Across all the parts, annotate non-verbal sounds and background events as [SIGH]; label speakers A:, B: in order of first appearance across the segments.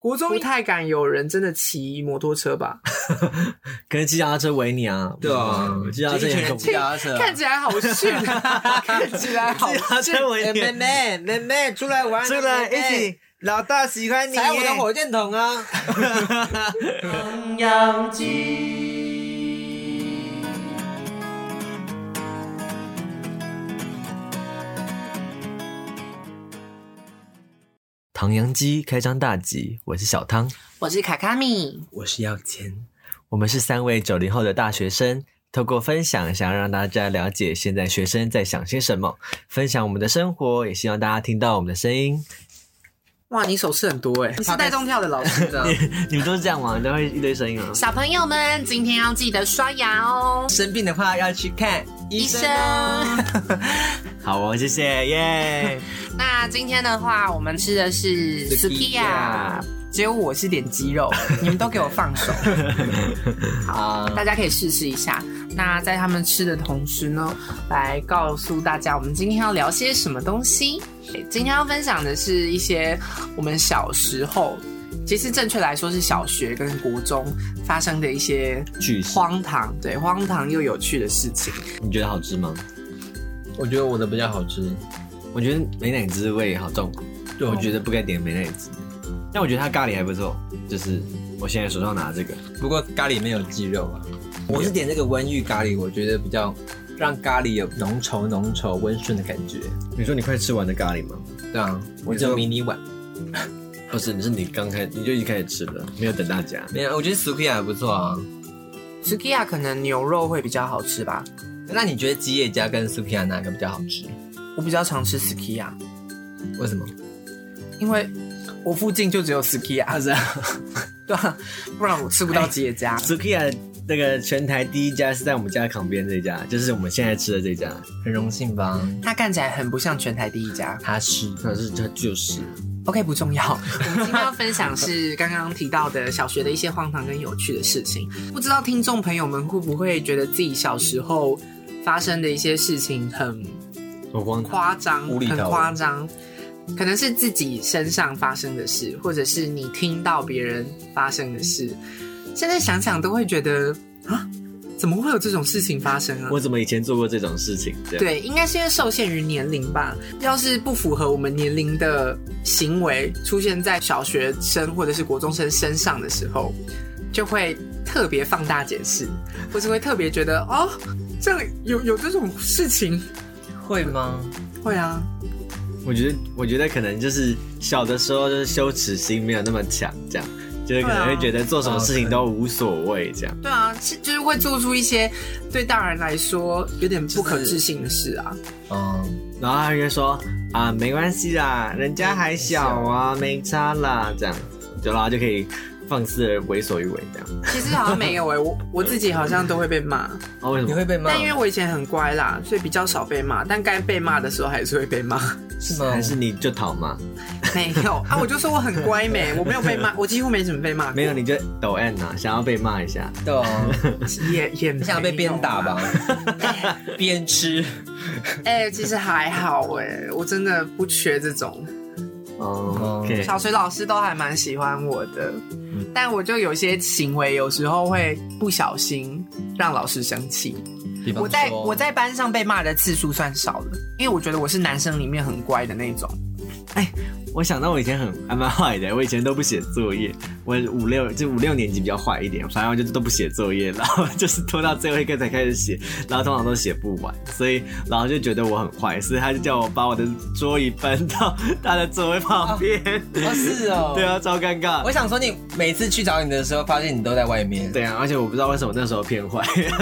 A: 国中
B: 不太敢有人真的骑摩托车吧？
C: 可能骑脚踏车围你啊，
A: 对啊
C: 嗯骑脚踏车也很恐怖
A: 骑。脚踏车啊，
B: [LAUGHS] 看起来好逊啊，看起来
C: [LAUGHS]
B: 好
C: 骑脚踏车围
A: 哎妹
C: 你，
A: 妹妹妹出来玩，
C: 出来
A: 妹妹
C: 一起，老大喜欢你耶。
A: 踩我的火箭筒啊！
C: 唐扬鸡开张大吉，我是小汤，
B: 我是卡卡米，
A: 我是要钱，
C: 我们是三位九零后的大学生，透过分享，想要让大家了解现在学生在想些什么，分享我们的生活，也希望大家听到我们的声音。 [LAUGHS]
B: 哇，你手势很多哎，你是带动跳的老师的。 [LAUGHS]
C: 你们都是这样吗？你都会一堆声音啊？
B: 小朋友们，今天要记得刷牙哦。
A: 生病的话要去看医生哦。
C: 好哦，谢谢耶。
B: [LAUGHS] 那今天的话，我们吃的是 s u k i
A: Sukiya
B: a 只有我是点鸡 [LAUGHS] 肉，你们都给我放手，
C: 好，
B: 大家可以试试一下。那在他们吃的同时呢，来告诉大家我们今天要聊些什么东西。今天要分享的是一些我们小时候，其实正确来说是小学跟国中发生的一些
C: 巨石，
B: 荒唐，对，荒唐又有趣的事情。
C: 你觉得好吃吗？
A: 我觉得我的比较好吃，
C: 我觉得美乃滋味好重，对，啊我觉得不该点美乃滋。但我觉得它咖喱还不错，就是我现在手上拿这个，
A: 不过咖喱没有鸡肉啊。我是点这个温浴咖喱，我觉得比较让咖喱有浓稠浓稠温顺的感觉。
C: 你说你快吃完的咖喱吗？
A: 对啊，我
C: 你
A: 只有
C: 说
A: 迷你碗，
C: 不是，你是你刚开你就已经开始吃了，没有等大家。
A: 没有。我觉得 Sukiya 还不错啊。
B: s u k i a 可能牛肉会比较好吃吧，
A: 那你觉得吉野家跟 Sukiya 哪个比较好吃？
B: 我比较常吃 s u k i a
A: 为什么？
B: 因为我附近就只有 Sukiya，
C: 是啊
B: [LAUGHS] 对啊，不然我吃不到吉野家。
C: ，Sukiya 那个全台第一家是在我们家旁边这家，就是我们现在吃的这家。
A: 很荣幸吧？
B: 它看起来很不像全台第一家。
A: 他是
C: 可是它就是，
B: OK，不重要。我们今天要分享 [LAUGHS] 是刚刚提到的小学的一些荒唐跟有趣的事情。不知道听众朋友们会不会觉得自己小时候发生的一些事情很
C: 我光
B: 夸张，
A: 无厘头
B: 很夸张，可能是自己身上发生的事，或者是你听到别人发生的事。现在想想都会觉得啊，怎么会有这种事情发生啊？
C: 我怎么以前做过这种事情？这样，
B: 对，应该是因为受限于年龄吧。要是不符合我们年龄的行为出现在小学生或者是国中生身上的时候，就会特别放大解释，或是会特别觉得哦，这样有有这种事情，
A: 会吗？
B: 会啊，
C: 我觉得我觉得可能就是小的时候就是羞耻心没有那么强，这样就是可能
B: 对
C: 会
B: 啊
C: 觉得做什么事情都无所谓这样。
B: 对啊，是就是会做出一些对大人来说有点不可置信的事 [LAUGHS] 啊。
A: 嗯，
C: 然后他就说啊，没关系啦，人家还小啊，没差啦，这样，就然后就可以放肆的为所欲为这样。
B: 其实好像没有哎、我我自己好像都会被骂，
C: 啊，为什
A: 你
C: 么？
A: 会被骂
B: 但？因为我以前很乖啦，所以比较少被骂。但该被骂的时候还是会被骂。
A: 是吗？
C: 还是你就讨嘛？
B: [LAUGHS] 没有啊，我就说我很乖
A: [LAUGHS]
B: 没，我没有被骂，我几乎没怎么被骂过，
C: 没有你就抖 N 呐、啊，想要被骂一下。
A: 对啊，
B: 也也没
A: 你想被鞭打吧 [LAUGHS]
B: 有啊？？
A: 鞭笞。
B: 哎、其实还好哎、我真的不缺这种，
C: 哦、o k
B: 小学老师都还蛮喜欢我的，
A: 嗯
B: 但我就有些行为有时候会不小心让老师生气。
A: 比方
B: 我在
A: 说
B: 我在班上被骂的次数算少了，因为我觉得我是男生里面很乖的那种。
C: 我想到我以前很还蛮坏的，我以前都不写作业，我五六就五六年级比较坏一点，反正我就都不写作业，然后就是拖到最后一刻才开始写，然后通常都写不完，所以老师就觉得我很坏，所以他就叫我把我的桌椅搬到他的座位旁边。
A: 哦是哦，
C: 对。啊，超尴尬
A: 我。想说，你每次去找你的时候，发现你都在外面。
C: 对啊，而且我不知道为什么那时候偏坏，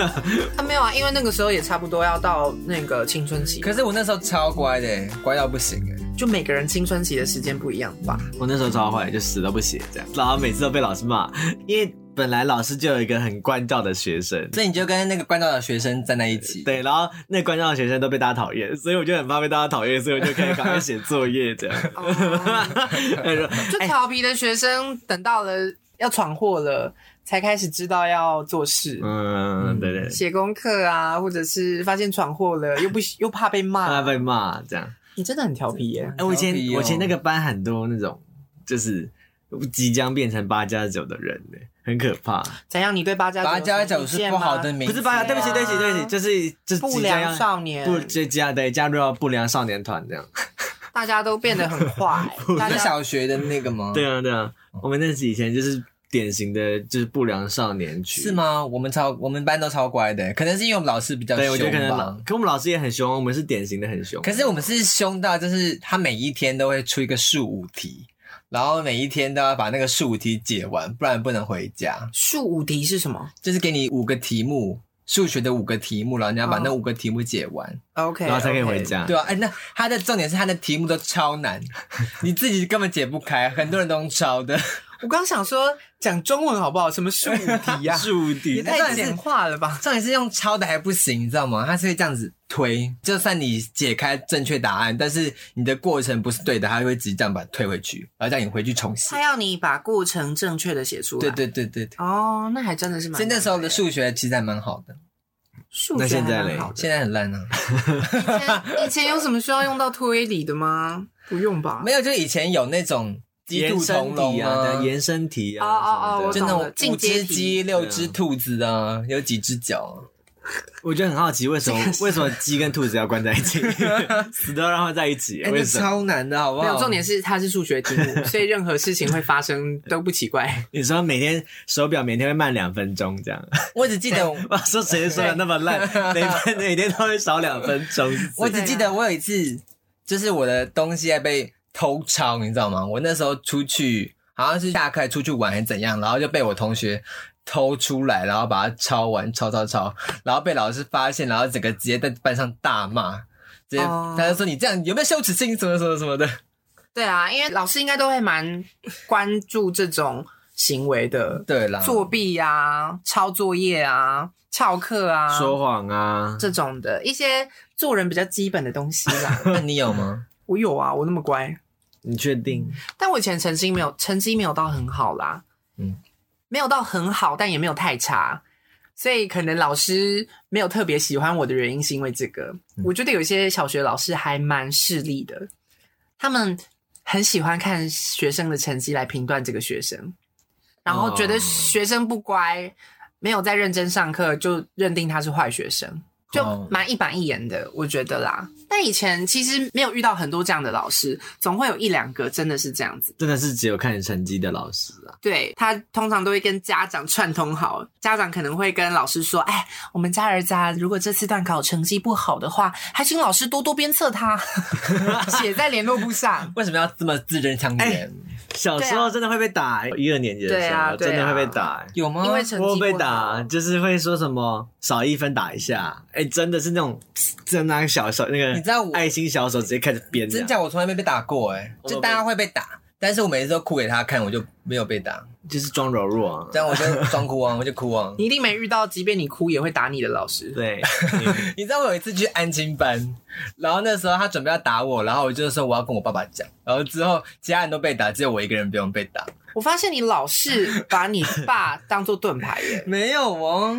C: [LAUGHS]
B: 啊，没有啊，因为那个时候也差不多要到那个青春期，
A: 可是我那时候超乖的，欸乖到不行哎。
B: 就每个人青春期的时间不一样吧。
C: 我那时候超坏，就死都不写这样，然后每次都被老师骂，因为本来老师就有一个很关照的学生。
A: 所以你就跟那个关照的学生站在一起。
C: 对，然后那关照的学生都被大家讨厌，所以我就很怕被大家讨厌，所以我就开始赶快写作业这样。 [LAUGHS] 他说
B: 就调皮的学生，等到了要闯祸了，才开始知道要做事，
C: 嗯，对对，
B: 写功课啊，或者是发现闯祸了，又不又怕被
C: 怕
B: 骂。
C: 被骂这样。
B: 你真的很调皮耶、
C: 哎，我以前
A: 调皮哦
C: 我以前那个班很多那种，就是即将变成八加九的人呢、很可怕。
B: 怎样？你对八加九
A: 八加九
B: 有什么意
A: 是不
B: 见吗
A: 好的名
C: 不
A: 字，啊
C: 是八加，对不起，对不起，对不起，就是就是
B: 不
C: 即将要
B: 良少年，
C: 不就加对加入到不良少年团这样。
B: 大家都变得很坏，大
A: 你是
B: 家
A: 小学的那个吗？
C: 对，啊对啊，我们那是以前就是典型的就是不良少年局，
A: 是？吗？我们超我们班都超乖的，可能是因为我们老师比较
C: 对，我觉得可
A: 凶
C: 能老
A: 吧，。
C: 可我们老师也很凶，我们是典型的很凶。
A: 可是我们是凶到，就是他每一天都会出一个数五题，然后每一天都要把那个数五题解完，不然不能回家。
B: 数五题是什么
A: 就是给你五个题目，数学的五个题目，然后你要把
B: 哦
A: 那五个题目解完。
B: ？OK，
C: 然后才可以回家
A: 对啊，哎、那他的重点是他的题目都超难， [LAUGHS] 你自己根本解不开，很多人都用抄的。
B: 我刚想说讲中文好不好？什么数五题
C: [LAUGHS]
B: 呀、
C: 树
B: 也
C: 敌，
B: 太简化了吧！
A: 重点是用抄的还不行，你知道吗？他是会这样子推，就算你解开正确答案，但是你的过程不是对的，他会直接这样把它推回去，然后让你回去重写
B: 他。要你把过程正确的写出来。
A: 对。对对对对。
B: 哦，那还真的是蛮
A: 所
B: 难
A: 以
B: 的耶。
A: 那时候的数学其实还蛮好的，
B: 数
C: 那
B: 学
C: 现在
B: 还蛮
C: 嘞
B: 好的
A: 现在很烂啊。
B: 以前以前有什么需要用到推理的吗？不用吧。
A: 没有，就以前有那种鸡
C: 延
A: 兔
C: 伸
A: 同笼
C: 题啊，对
A: 啊，
C: 延伸题啊，
B: 哦哦哦
C: 什么的
B: 我懂了
A: 就那种
B: 进
A: 五
B: 阶
A: 只
B: 题
A: 鸡、六只
C: 对啊
A: 兔子啊，有几只脚啊。
C: 我觉得很好奇，为什么为什么鸡跟兔子要关在一
A: [LAUGHS]
C: 起，死都要让它在一起？
A: 哎、
C: 为
A: 那
C: 什么？
A: 超难的好不
B: 没
A: 好？
B: 有，重点是它是数学题 [LAUGHS] 目，所以任何事情会发生都不奇怪。
C: 你说每天手表每天会慢两分钟这样？
A: 我只记得我，
C: 我 [LAUGHS] 说谁说的那么
A: [LAUGHS]
C: 烂？每天每天都会少两分钟。
A: 我只记得我有一次，就是我的东西还被偷抄，你知道吗？我那时候出去好像是下课还出去玩还是怎样，然后就被我同学偷出来，然后把它抄完，抄抄抄，然后被老师发现，然后整个直接在班上大骂。直接
B: 哦，
A: 他就说你这样有没有羞耻心，什么什么什么的。
B: 对啊，因为老师应该都会蛮关注这种行为的，
A: 对啦，。
B: 作弊啊、抄作业啊、翘课啊、
C: [LAUGHS] 说谎啊，
B: 这种的一些做人比较基本的东西啦 [LAUGHS]
A: 那你有吗？
B: 我有啊，我那么乖，
C: 你确定？
B: 但我以前成绩没有成绩没有到很好啦，
A: 嗯
B: 嗯，没有到很好，但也没有太差，所以可能老师没有特别喜欢我的原因是因为这个。我觉得有些小学老师还蛮势利的，他们很喜欢看学生的成绩来评断这个学生，然后觉得
C: 哦
B: 学生不乖，没有在认真上课，就认定他是坏学生。就
A: 哦
B: 蛮一板一眼的，我觉得啦。但以前其实没有遇到很多这样的老师，总会有一两个真的是这样子。
C: [LAUGHS] 真的是只有看你成绩的老师啊？
B: 对他通常都会跟家长串通好，家长可能会跟老师说：“哎，我们家儿子啊，如果这次段考成绩不好的话，还请老师多多鞭策他， [LAUGHS] 写在联络簿
C: [LAUGHS]
B: 上。
A: 为什么要这么字正腔 [LAUGHS] 圆？
C: 小时
A: 啊
C: 候真的会被打、一二年级的时
B: 对啊
C: 候
B: 对啊
C: 真的会被打、
A: 有吗？
B: 因为成绩
C: 我
B: 不
C: 被
B: 好
C: 打，就是会说什么少一分打一下，哎、真的是那种，真拿小手那个，
A: 你知道我
C: 爱心小手直接开始编这
A: 真
C: 样，
A: 假我从来没被打过哎、
C: 我
A: 就
C: 有被
A: 大家会被打，但是我每次都哭给他看，我就没有被打，
C: 就是装柔弱啊。
A: 这样我就装哭啊，我就哭啊”。
B: 你一定没遇到，即便你哭也会打你的老师。
A: [LAUGHS]
C: 对，
A: 你知道我有一次去安亲班，然后那时候他准备要打我，然后我就说我要跟我爸爸讲，然后之后其他人都被打，只有我一个人不用被打。
B: 我发现你老是把你爸当做盾牌耶，
A: 没有哦，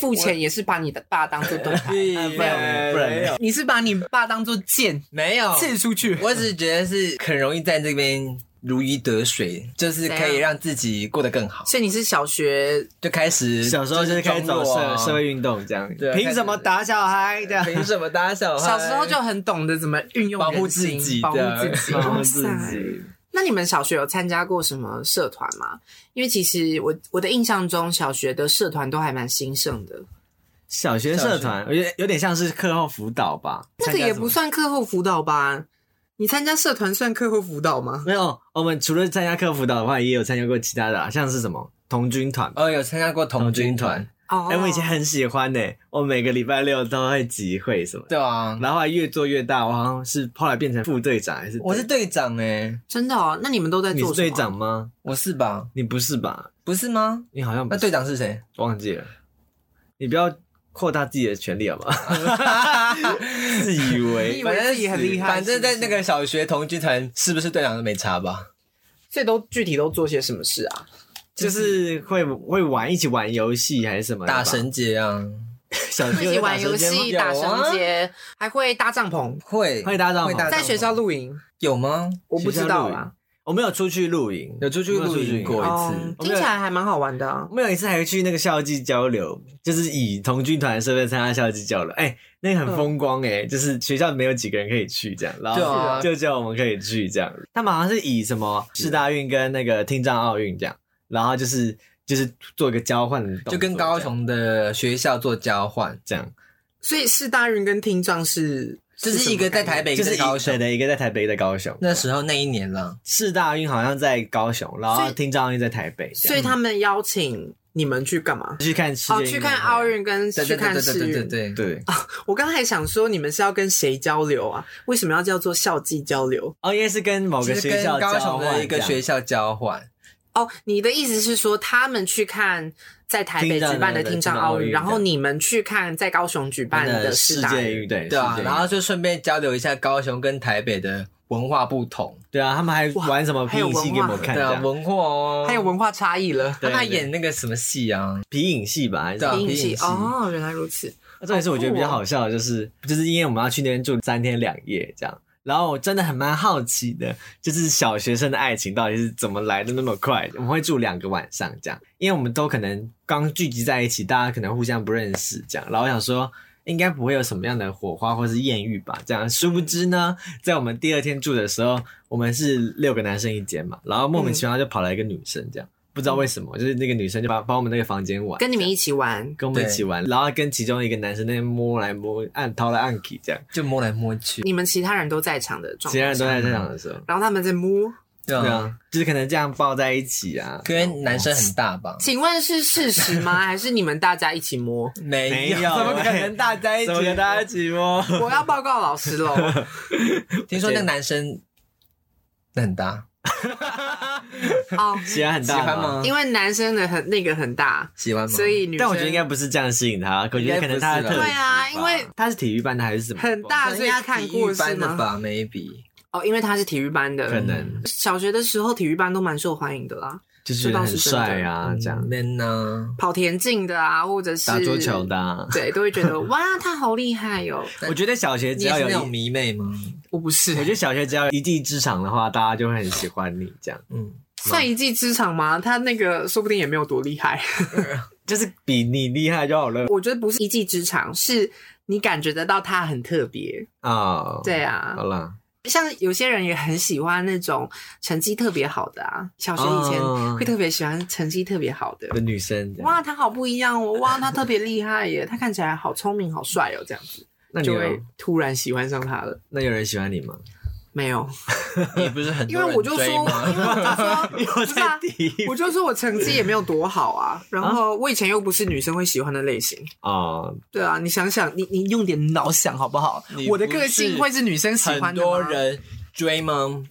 B: 付钱也是把你的爸当做盾牌，
C: 不然不然
B: 你是把你爸当做剑
A: 没有，
B: 刺出去。
A: 我只是觉得是很容易在这边如鱼得水，就是可
B: 怎
A: 以
B: 样
A: 让自己过得更好，
B: 所以你是小学
A: 就开始
C: 小时候就是开始走
A: 装弱啊
C: 社社会运动这样
A: 对，
C: 凭什么打小孩这样？ [LAUGHS]
A: 凭什么打小孩？
B: 小时候就很懂得怎么运用
A: 哎保护
B: 人
A: 自
B: 性
A: 己嗯
B: 保护
A: 的
B: 自己，
C: 帮
B: 哇
C: 自
B: 塞
A: 欸
C: 己，
B: 那你们小学有参加过什么社团吗？因为其实我我的印象中，小学的社团都还蛮兴盛的。
C: 小学社团，我觉得有点像是课后辅导吧。
B: 那个也不算课后辅导吧？你参加社团算课后辅导吗？
C: 没有，我们除了参加课辅导的话，也有参加过其他的啊，像是什么童军团。
A: 哦，有参加过童军团，
B: 哦，
C: 哎、我以前很喜欢呢、我每个礼拜六都会集会什么的，
A: 对啊，
C: 然后还越做越大，我好像是后来变成副队长还是队？
A: 我是队长哎、
B: 真的哦。那你们都
D: 啊
B: 在
C: 你
B: 做
C: 是
B: 什么
C: 队？长吗？
A: 我是吧？
C: 你不是吧？
A: 不是吗？
C: 你好像不
A: 那
C: 是
A: 队长是谁？
C: 忘记了，你不要扩大自己的权利好不好？自以
B: 你以
C: 为
B: 为自己很厉害
A: 反正在
B: 是不
A: 那
B: 是
A: 个小学同军团是不是队长都没差吧？
B: 所以都具体都做些什么事啊？
C: 就是会会玩一起玩游戏还是什么的吧？
A: 打神结啊，
C: 小
B: 一
C: 学
B: 起
C: 有打
B: 玩游
C: 神仙吗
B: 戏、
A: 有
B: 打
A: 啊
B: 绳结，还会搭帐篷，
A: 会
C: 会搭帐
A: 会搭
C: 篷，
A: 帐篷
B: 在学校露营。
A: 有吗？
B: 我不知道啊
C: 学校露
B: 啦
C: 营，我们有出去露营，
A: 啊有出去露营过一次
B: 哦，，听起来还蛮好玩的啊
C: 我。们有一次还去那个校际交流，就是以童军团的身份参加校际交流，哎、那个很风光哎、就是学校没有几个人可以去这样，然
A: 嗯对
C: 后
A: 啊
C: 就叫我们可以去这样。他们好像是以什么市大运跟那个听障奥运这样，然后就是就是做一个交换的动作
A: 就跟高雄的学校做交换，
C: 这样，
B: 所以四大运跟听障是，
A: 就是
B: 什么
A: 一个
B: 概
A: 在台
B: 念
A: 北，一
C: 就
A: 个
C: 是
A: 在
C: 以
A: 高
C: 对
A: 雄。
C: 的一个在台北，一个在高雄。
A: 那时候那一年了，
C: 市大运好像在高雄，然
B: 所
C: 后
B: 以
C: 听障奥运在台北，这
B: 所
C: 样
A: 嗯
B: 以他们邀请你们去干嘛？
C: 去看世界
B: 哦，
C: 运
B: 去
C: 动
B: 看
C: 会
B: 奥，运跟
A: 对
B: 去
A: 对对
B: 看
A: 对
B: 世
A: 对对
B: 运。
A: 对对。
C: 对，
B: 我刚才想说，你们是要跟谁交流啊？为什么要叫做校际交流？
C: 哦，应该是跟某个
A: 就是
C: 学校
A: 跟高
C: 交
A: 雄
C: 换
A: 的一个
C: 这样
A: 学校交换，
B: 哦，你的意思是说，他们去看在台北
C: 听障
B: 举办的
C: 的
B: 听障
C: 听障奥
B: 奥运，
C: 运
B: 然后你们去看在高雄举办的
C: 世
B: 大
C: 界
B: 运。
C: 运对
A: 对啊
C: 世，界运
A: 然后就顺便交流一下高雄跟台北的文化不同，
C: 对啊，他们还
B: 哇
C: 玩什么皮影戏给我们看
A: 对
C: 这
A: 啊，
C: 样，
A: 文化哦，
B: 还有文化差异了。
A: 他们还
C: 对对
A: 演那个什么戏啊？
C: 皮影戏吧，还是
A: 对啊
B: 皮
A: 皮
B: 影
A: 影
B: 戏
A: 戏
B: 哦，原来如 [LAUGHS] 此。
C: 这也是我觉得比较
B: 哦
C: 好笑的，就是就是因为我们要去那边住三天两夜这样。然后我真的很蛮好奇的，就是小学生的爱情到底是怎么来的那么快？我们会住两个晚上这样，因为我们都可能刚聚集在一起，大家可能互相不认识这样。然后我想说，应该不会有什么样的火花或是艳遇吧？这样，殊不知呢，在我们第二天住的时候，我们是六个男生一间嘛，然后
B: 嗯
C: 莫名其妙就跑来一个女生这样，不知道为什么，就是那个女生就把把我们那个房间玩，
B: 跟你们一起玩，
C: 跟我们一起玩，然后跟其中一个男生那边摸来摸按掏来按去这样，
A: 就摸来摸去，
B: 你们其他人都在场的状
C: 其他
B: 态
C: 人
B: 下，
C: 都在现场的时候，
B: 然后他们在摸。
A: 对
C: 对
A: 啊，
C: 啊，就是可能这样抱在一起啊，
A: 可能男生很大吧？
B: [LAUGHS] 请问是事实 [LAUGHS] 吗？还是你们大家一起摸？
A: 没啊
C: 没有
A: 怎么可能大家一起
C: 怎么？跟大家一起摸？
B: 我要报告老师 [LAUGHS] 喽。
A: 听说那个男生那很大，
B: 哦，
C: 喜欢很
A: 喜
C: 大
A: 欢？吗？
B: 因为男生的很那个很大，
A: 喜欢吗？
B: 所以女生
C: 但我觉得应该不是这样吸引他，我觉得可能他的特质
B: 对啊，因为
C: 他是体育班的还是什么？
B: 很大，所以看过
A: 一
B: 是
A: 般的
B: 吗？
A: 吧，maybe。
B: 哦，因为他是体育班的，
C: 可能
B: 小学的时候体育班都蛮受欢迎的啦，
C: 就是觉得很帅啊，
A: 嗯
C: 这样
A: man 呢？
B: 跑田径的啊，或者是
C: 打桌球的，啊。
B: 对， [LAUGHS] 都会觉得哇，他好厉害哦哟、
C: 我觉得小学
A: 你
C: 只
A: 也
C: 要
A: 是
C: 有
A: 那种
C: 一，
A: 迷妹吗？
B: 我不是
C: 我觉，得小学只要有一技之长的话，大家就会很喜欢你这样。
A: 嗯，
B: 算一技之长吗？他那个说不定也没有多厉害，
C: 就是比你厉害就好了
B: 我觉得不是一技之长，是你感觉得到他很特别，
A: 哦
C: 啊！
B: 对啊
C: 好，啦，
B: 像有些人也很喜欢那种成绩特别好的啊，小学以前
C: 哦
B: 会特别喜欢成绩特别好的啊
C: 有。女生这样
B: 哇，他好不一样哦！哇，他特别厉害耶，他看起来好聪明、好帅哦，这样子
C: 那你
B: 就
C: 有
B: 会突然喜欢上他了。
C: 那有人喜欢你吗？
B: 没
A: [LAUGHS]
B: 有，
A: 你不是很
B: 因
A: 多
B: 为
A: 人
B: 我就说，
A: 追
B: 因为
A: 吗
B: 我就说，不
A: [LAUGHS]
C: 有
B: 是啊
C: 在第一
B: 我就说我成绩也没有多好啊，然后我以前又不是女生会喜欢的类型。
C: [LAUGHS] 哦，
B: 对啊，你想想，你你用点脑想好不好？
A: 你
B: 我的
A: 不
B: 个性
A: 是
B: 会是女生喜欢的
A: 很多
B: 吗
A: 人追吗？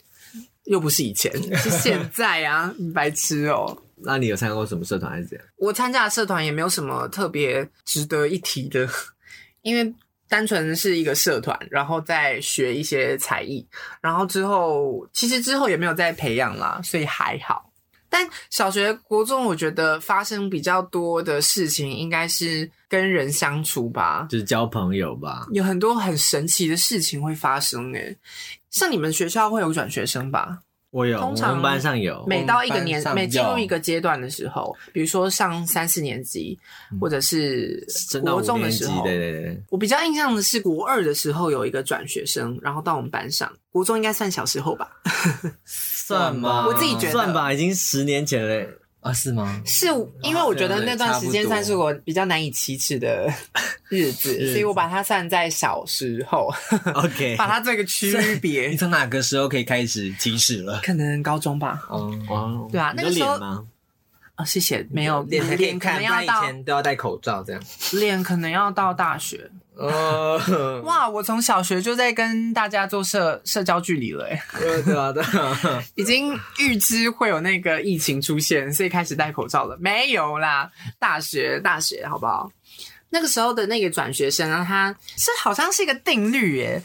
B: 又不是以前，是现在啊，你白痴哦、
C: 那你有参加过什么社团还是怎样？
B: 我参加的社团也没有什么特别值得一提的，因为单纯是一个社团，然后再学一些才艺，然后之后其实之后也没有再培养啦，所以还好。但小学、国中，我觉得发生比较多的事情应该是跟人相处吧，
C: 就是交朋友吧。
B: 有很多很神奇的事情会发生诶、像你们学校会有转学生吧？
C: 我有，
B: 通
C: 我
B: 常
C: 们班上有，
B: 每到一个年
A: 我们班，上
B: 每进入
A: 有
B: 一个阶段的时候，比如说上三四年级，
A: 嗯
B: 或者是
C: 升到
B: 国
C: 五
B: 中的
C: 年级
B: 时候，
C: 对对对，
B: 我比较印象的是国二的时候有一个转学生，然后到我们班上。国中应该算小时候吧？
C: 算
A: 吧
B: 我自己觉得
C: 算吧，已经十年前了。
A: 啊，是吗？
B: 是因为我觉得那段时间算是我比较难以启齿的日子，
C: 子
B: 所以我把它算在小时候，
C: OK，
B: [LAUGHS] 把它做一个区
A: 你
B: 别。
A: 从哪个时候可以开始提示了？
B: 可能高中吧。
A: 嗯，
C: 哦，
B: 对啊
C: 你
B: 那个
C: 的
B: 时候
C: 脸吗？
B: 啊、谢谢，没有
A: 脸才可以
B: 可能
A: 看，不
B: 要
A: 然以
B: 到
A: 前都要戴口罩这样。
B: 脸可能要到大学，
A: 哦，
B: 哇，我从小学就在跟大家做社社交距离了、欸，
A: 对啊，对啊，
B: 已经预知会有那个疫情出现，所以开始戴口罩了。没有啦，大学大学好不好？那个时候的那个转学生啊，他是好像是一个定律耶、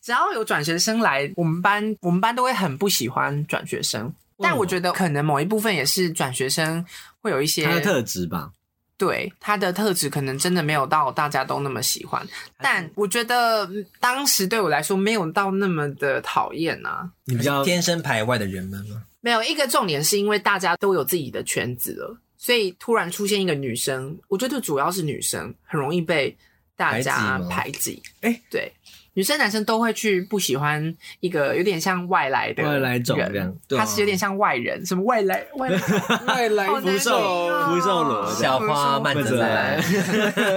B: 只要有转学生来我们班，我们班都会很不喜欢转学
A: 嗯
B: 生。但我觉得可能某一部分也是转学生会有一些
C: 他的特质吧，
D: 对他的特质可能真的没有到大家都那么喜欢，但我觉得嗯当时对我来说没有到那么的讨厌啊。
C: 你比较
A: 天生排外的人们吗？
D: 没有一个重点是因为大家都有自己的圈子了，所以突然出现一个女生，我觉得主要是女生很容易被大家
A: 排挤吗
D: 排挤。
C: 哎
D: 对，女生男生都会去不喜欢一个有点像外来的
C: 外来种这样
D: 人，
A: 对啊
D: 他是有点像外人，什么外来
C: [LAUGHS]
D: 外来
A: 外来
D: 好难
C: 福寿
D: 哦
C: 福寿螺
A: 小花慢
C: 慢
A: 着
C: 着
A: 来
C: 来，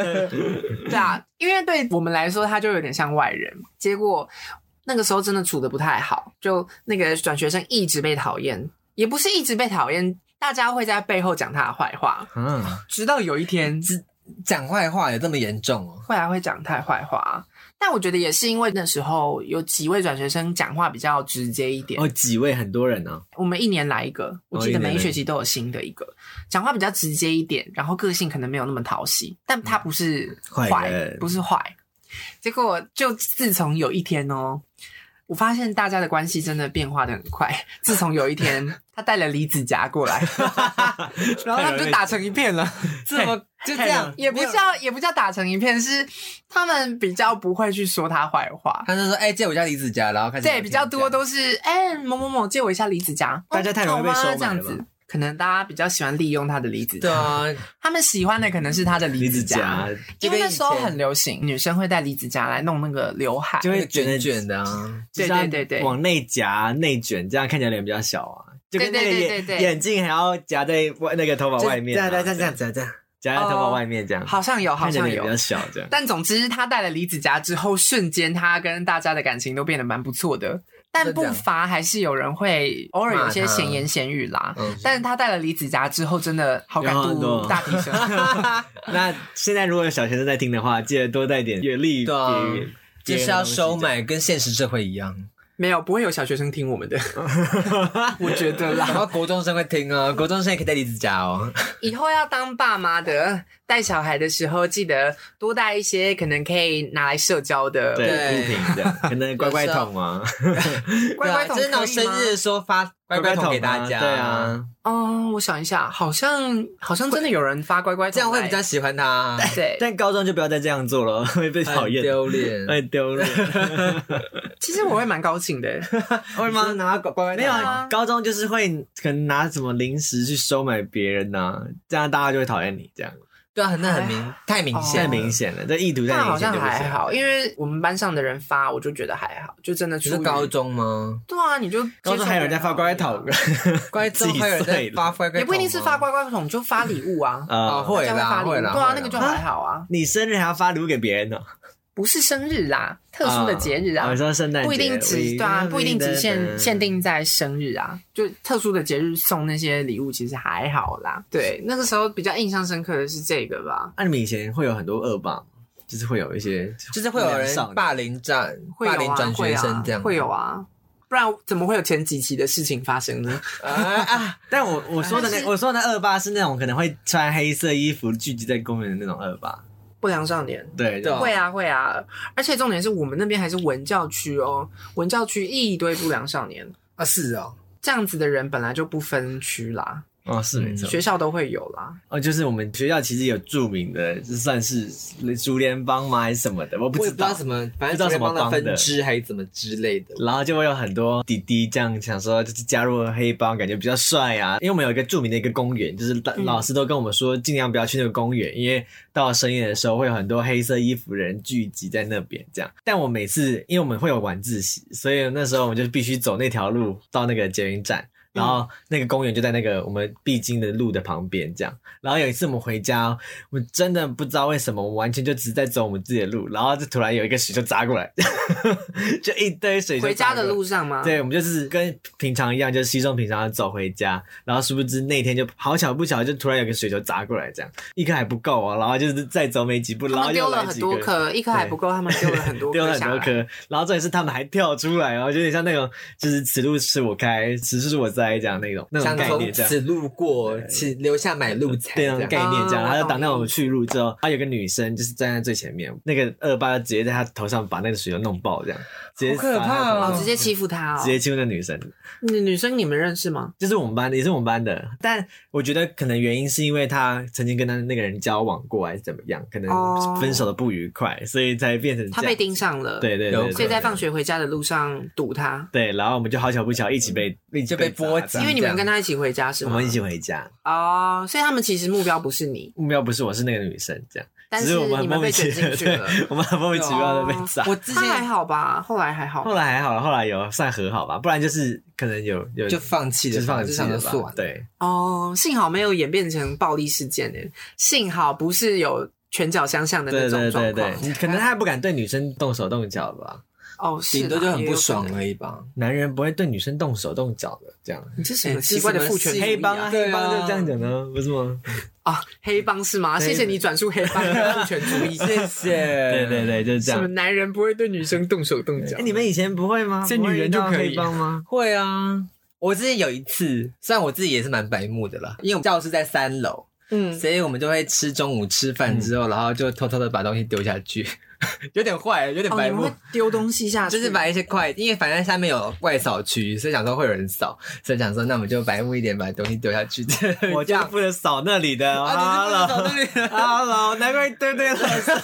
D: 对 [LAUGHS] 啊，因为对我们来说，他就有点像外人。结果那个时候真的处的不太好，就那个转学生一直被讨厌，也不是一直被讨厌，大家会在背后讲他的坏话，
C: [LAUGHS] 啊，
D: 直到有一天
A: 讲坏话有这么严重哦？
D: 会来会讲他的坏话。但我觉得也是因为那时候有几位转学生讲话比较直接一点，
C: 哦，几位很多人哦呢、
D: 我们一年来一个，我记
C: 哦一
D: 得
C: 年
D: 每
C: 来
D: 一
C: 一
D: 学期都有新的一个，讲话比较直接一点，然后个性可能没有那么讨喜，但他不是
C: 嗯坏
D: 坏
C: 人，
D: 不是坏。结果就自从有一天哦，我发现大家的关系真的变化的很快。 [LAUGHS] 自从有
C: [LAUGHS]
D: 一天，他带了离子夹过来，然后他们就打成一片了。
A: [LAUGHS] 这么就这样，
D: 也不叫也不叫打成一片，是他们比较不会去说他坏话。
A: 他就说：“哎、借我家离子夹。”然后开始
D: 对，比较多都是哎、某某某借我一下离子夹，
C: 大家太容易被
D: 哦好吧
C: 收买了吧
D: 这样子。可能大家比较喜欢利用他的离子
A: 对
D: 夹，
A: 啊，
D: 他们喜欢的 [LAUGHS] 可能是他的离
C: 离
D: 子
C: 子
D: 夹
C: 夹，
D: 因为那时候
A: 就跟以前
D: 很流行，女生会带离子夹来弄那个刘海，
C: 就
A: 那
C: 会
A: 个卷卷的啊，
D: 对对对对
C: 往内夹内卷，这样看起来脸比较小啊。就跟那个
D: 对对对
C: 眼
D: 对对
C: 眼镜还要夹在外那个头发外面啊、
A: 对对对对对对，
C: 夹在头发外面这样，
D: 哦好像有，好
C: 看起来
D: 像
C: 脸
D: 有
C: 比较。小这样。
D: 但总之，他带了离子夹之后，瞬间他跟大家的感情都变得蛮不错的。但
A: 真的
D: 不
A: 啊
D: 乏还是有人会偶尔有一些
A: 骂他
D: 闲言闲语啦。
A: 嗯，
D: 但是他带了离子夹之后，真的好感
C: 有很
D: 度
C: 多
D: 大提升。 [LAUGHS]
C: 那现在如果有小学生在听的话，记得多带点阅历，
A: 对啊
C: 别人
A: 就是要收。买，跟现实社会一样。
D: 没有，不会有小学生听我们
A: [LAUGHS]
D: 的，我觉得啦。
A: 然后国中生会听哦，国中生也可以带离子夹哦。
D: 以后要当爸妈的，带小孩的时候，记得多带一些可能可以拿来社交的。
C: 对
A: 对
C: 物品这
D: [LAUGHS]
C: 样，可能乖乖桶啊，
D: 乖乖桶
A: 对啊就是那种
D: 可以
A: 生
D: 吗
A: 日的时候发乖乖桶给大家，
C: 对，啊，
D: 哦，我想一下，好像好像真的有人发乖乖桶
A: 这样会
D: 来
A: 比较喜欢他，啊
D: 对。
C: 但高中就不要再这样做了，会被讨
A: 很
C: 厌，哎
A: 丢脸。
C: 会丢
D: [LAUGHS]
C: 脸。
D: 啊其实我会蛮高兴的，欸
A: 会吗？拿乖乖
C: 没有
D: 对啊
C: 啊，高中就是会可能拿什么零食去收买别人呐、这样大家就会讨厌你，这样
A: 对啊，那很明太明显
C: 太
A: 了，
C: 明显了，这意图太
D: 但
C: 明
D: 哦好
C: 显
D: 像
C: 就不啊
D: 还
C: 行。
D: 好，因为我们班上的人发，我就觉得还好，就真的
A: 你
D: 出
A: 是
D: 于
A: 高，中吗？
D: 对啊，你就接受
C: 高中还有人在发乖乖
D: 就好
C: 桶
D: [LAUGHS] 了，
A: 乖中还有人在发乖乖桶吗，
D: 也不一定是发乖乖桶，就发礼物
A: [LAUGHS]
D: 啊，
A: 啊，
C: 呃，
A: 会
D: 大家
A: 啦，
D: 发
A: 会
D: 礼
A: 啦，
D: 物，对啊
A: 会，啦
D: 那个就还好啊，
C: 你生日还要发礼物给别人呢、
D: 不是生日
B: 啊
D: 啦，特殊的节日啊
C: 我，说圣诞节
D: 不一定只对
C: 嗯
D: 啊，不一定只限限。定在生日啊，就特殊的节日送那些礼物，其实还好啦。对，那个时候比较印象深刻的是这个吧，
C: 啊那、你们以前会有很多恶霸吗，就是会有一些，
A: 就是会有人霸凌战，
D: 会有
A: 霸凌
D: 啊，
A: 转
D: 会
A: 学生
D: 啊
A: 这，样，
D: 会有啊，不然怎么会有前几期的事情发生呢？
A: 啊啊，
C: 但我我说
D: 哎
C: 的那我说的那恶霸是那种可能会穿黑色衣服聚集在公园的那种恶霸，
D: 不良少年。
C: 对
A: 对啊
D: 会啊会啊，而且重点是我们那边还是文教区哦，文教区一堆不良少年，
A: 啊是哦，
D: 这样子的人本来就不分区啦，
C: 哦是没
A: 嗯
C: 错，
D: 嗯学校都会有啦。
C: 哦就是我们学校其实有著名的，就算是竹联帮吗还是什么的，我不
A: 我也
C: 知
A: 不知
C: 道
A: 道什么，反
C: 不知
A: 正
C: 道
A: 什
C: 什么
A: 么帮
C: 帮的
A: 分支还是怎么之类的，
C: 然后就会有很多弟弟这样想说，就是加入黑帮感觉比较帅啊。因为我们有一个著名的一个公园，就是老
D: 嗯
C: 老师都跟我们说，尽量不要去那个公园，因为到了深夜的时候会有很多黑色衣服的人聚集在那边这样。但我每次因为我们会有晚自习，所以那时候我们就必须走那条路到那个捷运站。然后那个公园就在那个我们必经的路的旁边，这样。然后有一次我们回家，我真的不知道为什么，我完全就只是在走我们自己的路，然后就突然有一个水就砸过来， [LAUGHS] 就一堆水就
D: 回
C: 砸
D: 家
C: 过
D: 的
C: 来
D: 路上吗？
C: 对，我们就是跟平常一样，就是稀松平常的走回家，然后殊不知那天就好巧不巧，就突然有个水球砸过来，这样一颗还不够哦，然后就是再走没几步，然
D: 他
C: 后
D: 们丢
C: 又
D: 了
C: 来
D: 很
C: 几
D: 多
C: 颗。
D: 颗，一颗还不够，他们丢了
C: [LAUGHS]
D: 很多
C: 丢了
D: 颗
C: 很
D: 下
C: 多
D: 来。
C: 颗，然后重点是他们还跳出来哦，有点像那种就是此路是我开，此处是我栽在这样那种那种
A: 想
C: 概
A: 从
C: 念这样。
A: 此路过，请留下买路财。
C: 对那种
A: 这样
C: 概念这样，
B: 哦
C: 他就
B: 懂
C: 挡到我们去路之后，啊他有个女生就是站在最前面，那个恶霸就直接在她头上把那个水球弄爆，这样直接
A: 好可
C: 撒她头
A: 怕
C: 上
B: 哦，直接欺负他哦。
C: 嗯直接欺负那女生，
B: 女女生你们认识吗？
C: 就是我们班的，也是我们班的。但我觉得可能原因是因为她曾经跟她那个人交往过，还是怎么样，可
B: 哦
C: 能分手的不愉快，所以才变成这
B: 他
C: 样。
B: 被盯上了，
C: 对对
A: 有
C: 对，
A: 可
B: 所以
C: 对
B: 在放学回家的路上堵他，
C: 对，然后我们就好巧不巧一起被
A: 嗯你就被波及
C: 砸
B: 因为你们跟他一起回家是
C: 我
B: 吗？
C: 们一起回家，
B: 哦，所以他们其实目标不是你，
C: 目标不是我是那个女生这样，
B: 但
C: 只是我们
B: 你
C: 很莫
B: 们被
C: 名其
B: 卷
C: 妙，
B: 进去
C: 对 [LAUGHS]
B: 了。，
C: 我们很莫名其妙的被砸。
A: 啊我之
B: 他还
A: 前
B: 好吧？后来还好吧
C: 后来还好，后来有算和好吧，不然就是可能有有
A: 就放弃了，
C: 就是放
A: 就
C: 弃
A: 想
C: 了
A: 着
C: 吧
A: 算了。
C: 对，
B: 哦，幸好没有演变成暴力事件诶，幸好不是有拳脚相向的那
C: 对
B: 种
C: 对
B: 状
C: 对
B: 况
C: 对，。你可能他还不敢对女生动手动脚吧，
B: 哦，是
A: 顶
B: 啦
A: 多就很不爽。
B: 也有可能
A: 而已吧。
C: 男人不会对女生动手动脚的，这样
B: 你这什么
A: 哎
B: 奇怪的父权主义
A: 这是什
C: 黑
A: 么
C: 帮
A: 啊
C: 啊，
A: 对啊
C: 黑帮就这样讲呢，不是吗？
B: 啊？黑帮是吗？
C: 对
B: 谢谢你转述黑帮的父权主义。
A: 谢谢。
C: [LAUGHS] 对对对，就是这
B: [LAUGHS] 什么
C: 样。
B: 男人不会对女生动手动脚
C: 哎，？你们以前不会吗？
B: 这女人就可以
C: 不会遇到黑帮
A: [LAUGHS]
C: 吗？
A: 会啊，我之前有一次，虽然我自己也是蛮白目的啦，因为我们教室在三楼，
B: 嗯，
A: 所以我们就会吃中午吃饭之
C: 嗯
A: 后，然后就偷偷的把东西丢下去， [LAUGHS] 有点坏，有点
B: 哦，
A: 白
B: 你们
A: 目。
B: 会丢东西下去，
A: 就是把一些快，因为反正下面有外扫区，所以想说会有人扫，所以想说那我们就白目一点，把东西丢下去。
C: 我
A: 这
C: 就
A: 样
C: 负责扫那里的。
A: 啊，你是不能扫
C: Hello
A: 那里的
C: Hello，难怪一堆堆垃圾。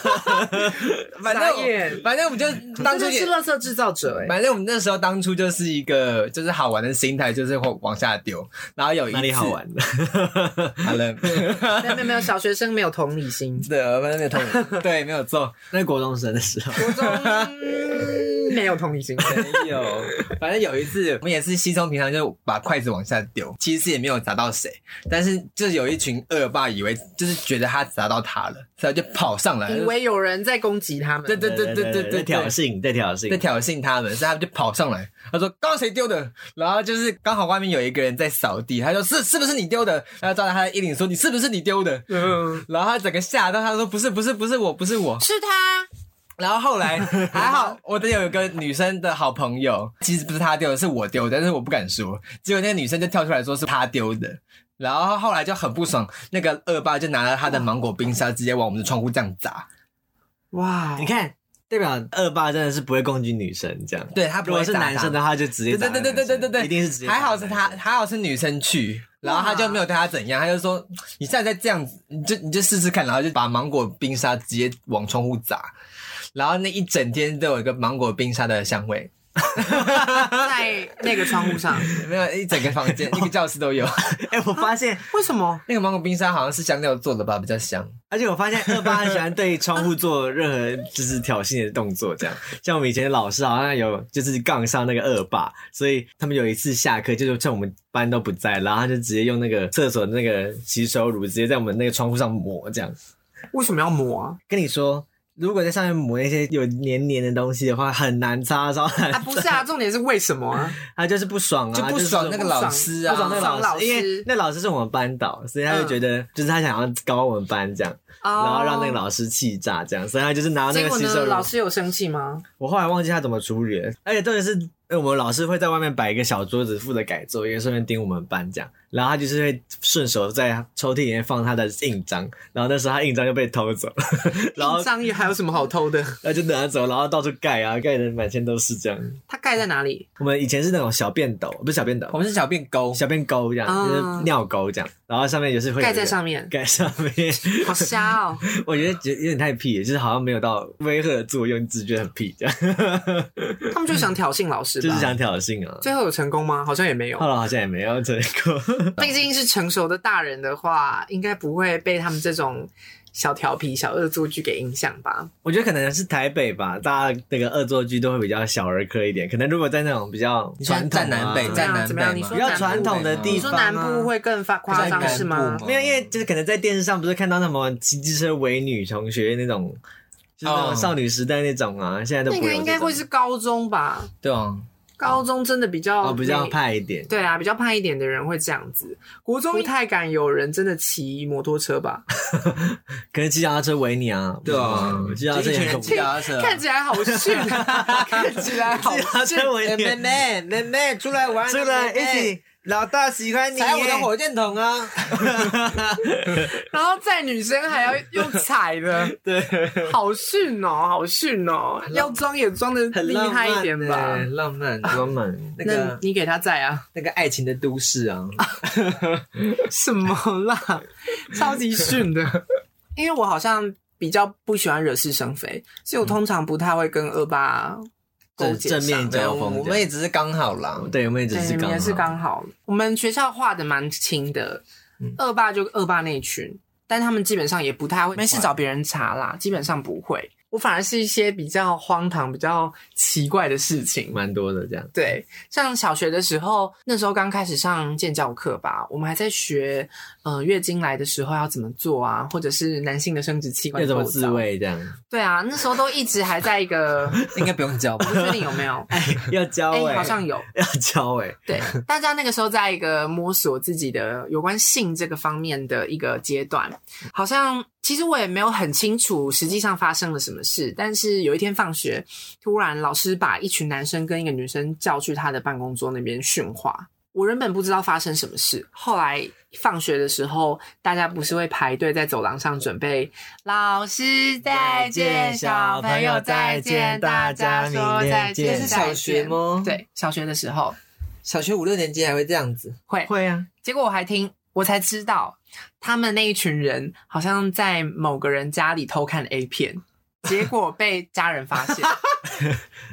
A: 反正
B: 傻眼
A: 我反正我们就当
B: 真
A: 初
B: 的
A: 也
B: 是垃圾制造者哎。
A: 反正我们那时候当初就是一个就是好玩的心态，就是会往下丢。然后有一次
C: [LAUGHS] 哪里好？玩的？
A: [LAUGHS] 好了，，
B: 没有没有没有，小学生没有同理心
A: 对，反正没有同对，没有错，
C: 那国中生的时 [LAUGHS] 候，
B: 国中嗯没有同
C: [LAUGHS]
B: 理心。
A: 没有。反正有一次，我们也是稀松平常，就把筷子往下丢，其实也没有砸到谁，但是就有一群恶霸以为就是觉得他砸到他了，所以他就跑上来，
B: 以为有人在攻击他们。
A: 对对对对对对
C: 在挑衅，在挑
A: 在
C: 衅。
A: 挑衅他们，所以他们就跑上来，他说刚刚谁丢的？然后就是刚好外面有一个人在扫地，他说是是不是你丢的？然后抓着他的衣领说你是不是你丢的？
B: 嗯，
A: 然后他整个吓到，他说不是不是不是我不是我。
B: 是他。
A: 然后后
C: [LAUGHS]
A: 来还好，我的有一个女生的好朋友，其实不是她丢的，是我丢的，但是我不敢说。结果那个女生就跳出来说是她丢的，然后后来就很不爽，那个恶霸就拿了他的芒果冰沙直接往我们的窗户这样砸。
C: [LAUGHS]
B: 哇
C: 你看，代表恶霸真的是不会攻击女生这样。
A: 对他
C: 如
A: 不
C: 果
A: 会
C: 是
A: 砸
C: 男生的
A: 他，
C: 话，就直接
A: 对
C: 砸
A: 对对对对对对
C: 男生
A: 对，
C: 一定是直接砸
A: 还
C: 男生。
A: 好是他，还好是女生去。然后他就没有对他怎样，他就说：“你现在再这样子，你就你就试试看。”然后就把芒果冰沙直接往窗户砸，然后那一整天都有一个芒果冰沙的香味。
B: 在 [LAUGHS] 那个窗户上，
A: [LAUGHS] 没有一整个房间，一个教室都有。
C: [LAUGHS] 哎、我发现，
B: 为什么？
A: 那个芒果冰沙好像是香料做的吧，比较香。
C: [LAUGHS] 而且我发现恶霸很喜欢对窗户做任何就是挑衅的动作，这样。像我们以前的老师好像有就是杠上那个恶霸，所以他们有一次下课，就是趁我们班都不在，然后他就直接用那个厕所的那个洗手乳，直接在我们那个窗户上抹这样。
B: 为什么要抹啊？
C: 跟你说，如果在上面抹那些有黏黏的东西的话，很难擦，超难
B: 啊，不是啊，重点是为什么啊？
C: [LAUGHS] 他就是不爽啊，
A: 就不爽那个老师嗯啊
C: 不爽那个
B: 不爽老
C: 老
B: 师
C: 师，因为那老师是我们班导，所以他就觉得就是他想要搞我们班这样，然后让那个
A: 哦
C: 老师气炸这样，所以他就是拿那
B: 哦结
C: 个
B: 果
C: 洗
B: 呢？
C: 手乳
B: 老。师有生气吗？
C: 我后来忘记他怎么处理了，而且重点是。呃我们老师会在外面摆一个小桌子，负责改作业，顺便盯我们班这样。然后他就是会顺手在抽屉里面放他的印章，然后那时候他印章就被偷走了， [LAUGHS] [LAUGHS] 然后
B: 印章也还有什么好偷的？
C: 他就拿走，然后到处盖啊，盖的满天都是这样。
B: 它盖在哪里？
C: 我们以前是那种小便斗，不是小便斗，
A: 我们是小便沟，
C: 小便沟这样，
B: 啊
C: 就是尿沟这样，然后上面也是会有一
B: 盖
C: 个
B: 在上面，
C: 盖上面。 [LAUGHS]
B: 好瞎哦！
C: 我觉得觉得有点太屁了，就是好像没有到威吓的作用，只是觉得很屁
B: [LAUGHS]
C: 这样，
B: 他们就想挑衅老师吧，
C: 就是想挑衅啊。
B: 最后有成功吗？好像也没有
C: 后。来好像也没有成功，
B: 毕竟是成熟的大人的话，应该不会被他们这种小调皮、小恶作剧给影响吧？
C: [LAUGHS] 我觉得可能是台北吧，大家那个恶作剧都会比较小儿科一点。可能如果在那种比较
A: 你说
C: 传统啊
A: 在南北，
B: 么
A: 在
B: 样
A: 南
B: 怎么样
A: 北
B: 你
A: 嘛
B: 说
C: 比较传统的
B: 你
C: 地
B: 说
C: 方、
B: 南部。会更发夸张是吗？
C: 没有，因为就是可能在电视上不是看到那么骑机车围女同学那种，就是那
A: 哦
C: 种少女时代那种啊，现在都
B: 那
C: 不
B: 个
C: 有
B: 应
C: 这
B: 该
C: 种
B: 会是高中吧？
A: 对啊，
B: 高中真的比较、
C: 哦，比较。派一点。
B: 对啊，比较叛一点的人会这样子。国中不太敢有人真的骑摩托车吧？
C: 可能骑脚踏车围你啊，
A: 对啊
C: 不是吗，骑脚踏车
A: 就一群
C: 也
A: 人
C: 恐怖
A: 骑。脚踏车啊，
B: 看起来好逊、啊，看起来好
C: [LAUGHS] 骑脚踏车围
A: [LAUGHS] 哎妹
C: 你，
A: 妹妹妹出来玩，
C: 出来一起老大喜欢你耶，
A: 踩我的火箭筒啊！
B: 然后在女生还要用踩的，
C: 对，
B: 好逊哦，好逊哦，要装也装的
A: 很
B: 厉害一点吧。
A: 浪漫欸，浪漫，浪漫。那
B: 那
A: 个
B: 你给他在啊？
A: 那个爱情的都市啊，
B: [LAUGHS] 什么 [LAUGHS] 啦？超级逊的。因为我好像比较不喜欢惹是生非，所以我通常不太会跟恶霸勾
C: 正
B: 结上。
C: 正面
A: 对，
C: 交
A: 我
C: 锋，
A: 我们也只是刚好啦。
C: 对，我们也只
B: 对，
C: 是
B: 你们
C: 刚
B: 也是刚好。我们学校画的蛮清的，恶霸就恶霸那一群，但他们基本上也不太会没事找别人查啦，基本上不会。我反而是一些比较荒唐、比较奇怪的事情。
C: 蛮多的这样。
B: 对，像小学的时候，那时候刚开始上建教课吧，我们还在学，呃，月经来的时候要怎么做啊，或者是男性的生殖器官
C: 要怎么
B: 构造
C: 自？慰这样？
B: 对啊，那时候都一直还在一个，
A: 应该不
B: [LAUGHS]
A: 用教吧
B: 不？确定有没
C: [LAUGHS]
B: 有，哎、
C: 要教哎、
B: 好像有，
C: 要教哎、
B: 对，大家那个时候在一个摸索自己的有关性这个方面的一个阶段，好像其实我也没有很清楚实际上发生了什么事，但是有一天放学，突然老师把一群男生跟一个女生叫去他的办公桌那边训话。我原本不知道发生什么事，后来放学的时候，大家不是会排队在走廊上准备“老师 [LAUGHS] 再见，小朋友再见，大家说再
C: 这
B: 见”。
A: 是小学吗？，
B: 对，小学的时候
A: 小学五六年级还会这样子，
B: 会
C: 会啊，
B: 结果我还听，我才知道他们那一群人好像在某个人家里偷看 A 片，结果被家人发 [LAUGHS] 现。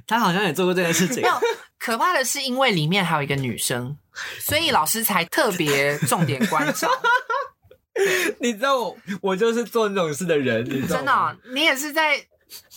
C: 他好像也做过这件事情
B: 没。有，可怕的是因为里面还有一个女生，所以老师才特别重点关 [LAUGHS] 照。
A: [LAUGHS] 你知道我我就是做那种事的人，你知道
B: 真的哦、
A: 吗？
B: 你也是在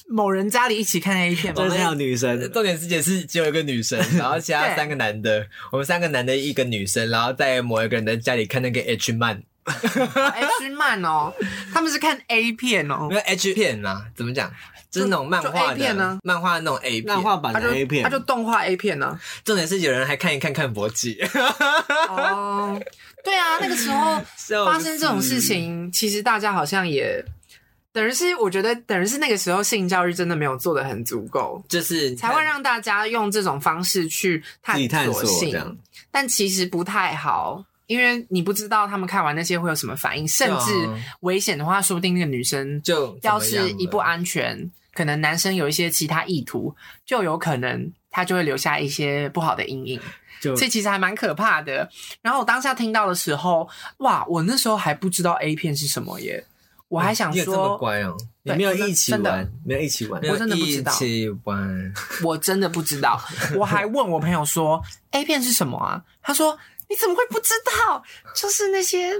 B: 某人家里一起看 A 片吗
C: 这？是条女生，
A: 呃重点是也是只有一个女生，然后其他
B: 对
A: 三个男的，我们三个男的一个女生，然后在某一个人的家里看那个 H 漫，
B: [LAUGHS] 哎，虚漫哦，他们是看 A 片哦
A: 没，有 H 片啦，怎么讲？就是那种漫
B: 就
A: 画
B: A 片
A: 的
B: 呢，
A: 漫画的那种 A 片
C: 漫。画版
B: 他
C: 的
B: 就
C: A 片
B: 他，就动画 A 片呢、
A: 重点是有人还看一看看勃起，
B: 哦，对啊，那个时候
A: 笑
B: 发生这种事情，其实大家好像也等于是，我觉得等于是那个时候性教育真的没有做的很足够，
A: [LAUGHS] 就是
B: 才会让大家用这种方式去
C: 自己探
B: 索
C: 索这
B: 性
C: 样，。
B: 但其实不太好。因为你不知道他们看完那些会有什么反应，甚至
A: 对啊
B: 危险的话，说不定那个女生
A: 就
B: 要是一不
A: 部
B: 安全，可能男生有一些其他意图，就有可能他就会留下一些不好的阴影。
C: 就
B: 所以其实还蛮可怕的。然后我当下听到的时候，哇，我那时候还不知道 A 片是什么耶，我还想
C: 嗯
A: 你有这么
B: 说，
A: 乖哦，
C: 你没有
B: 对真的
C: 一起
B: 真的
C: 玩，没有一起玩
A: 没，有
B: 我真的不知道
A: 一起玩，
B: 我真的不知道。
C: [LAUGHS]
B: 我还问我朋友说 A 片是什么啊？他说你怎么会不知道？就是那些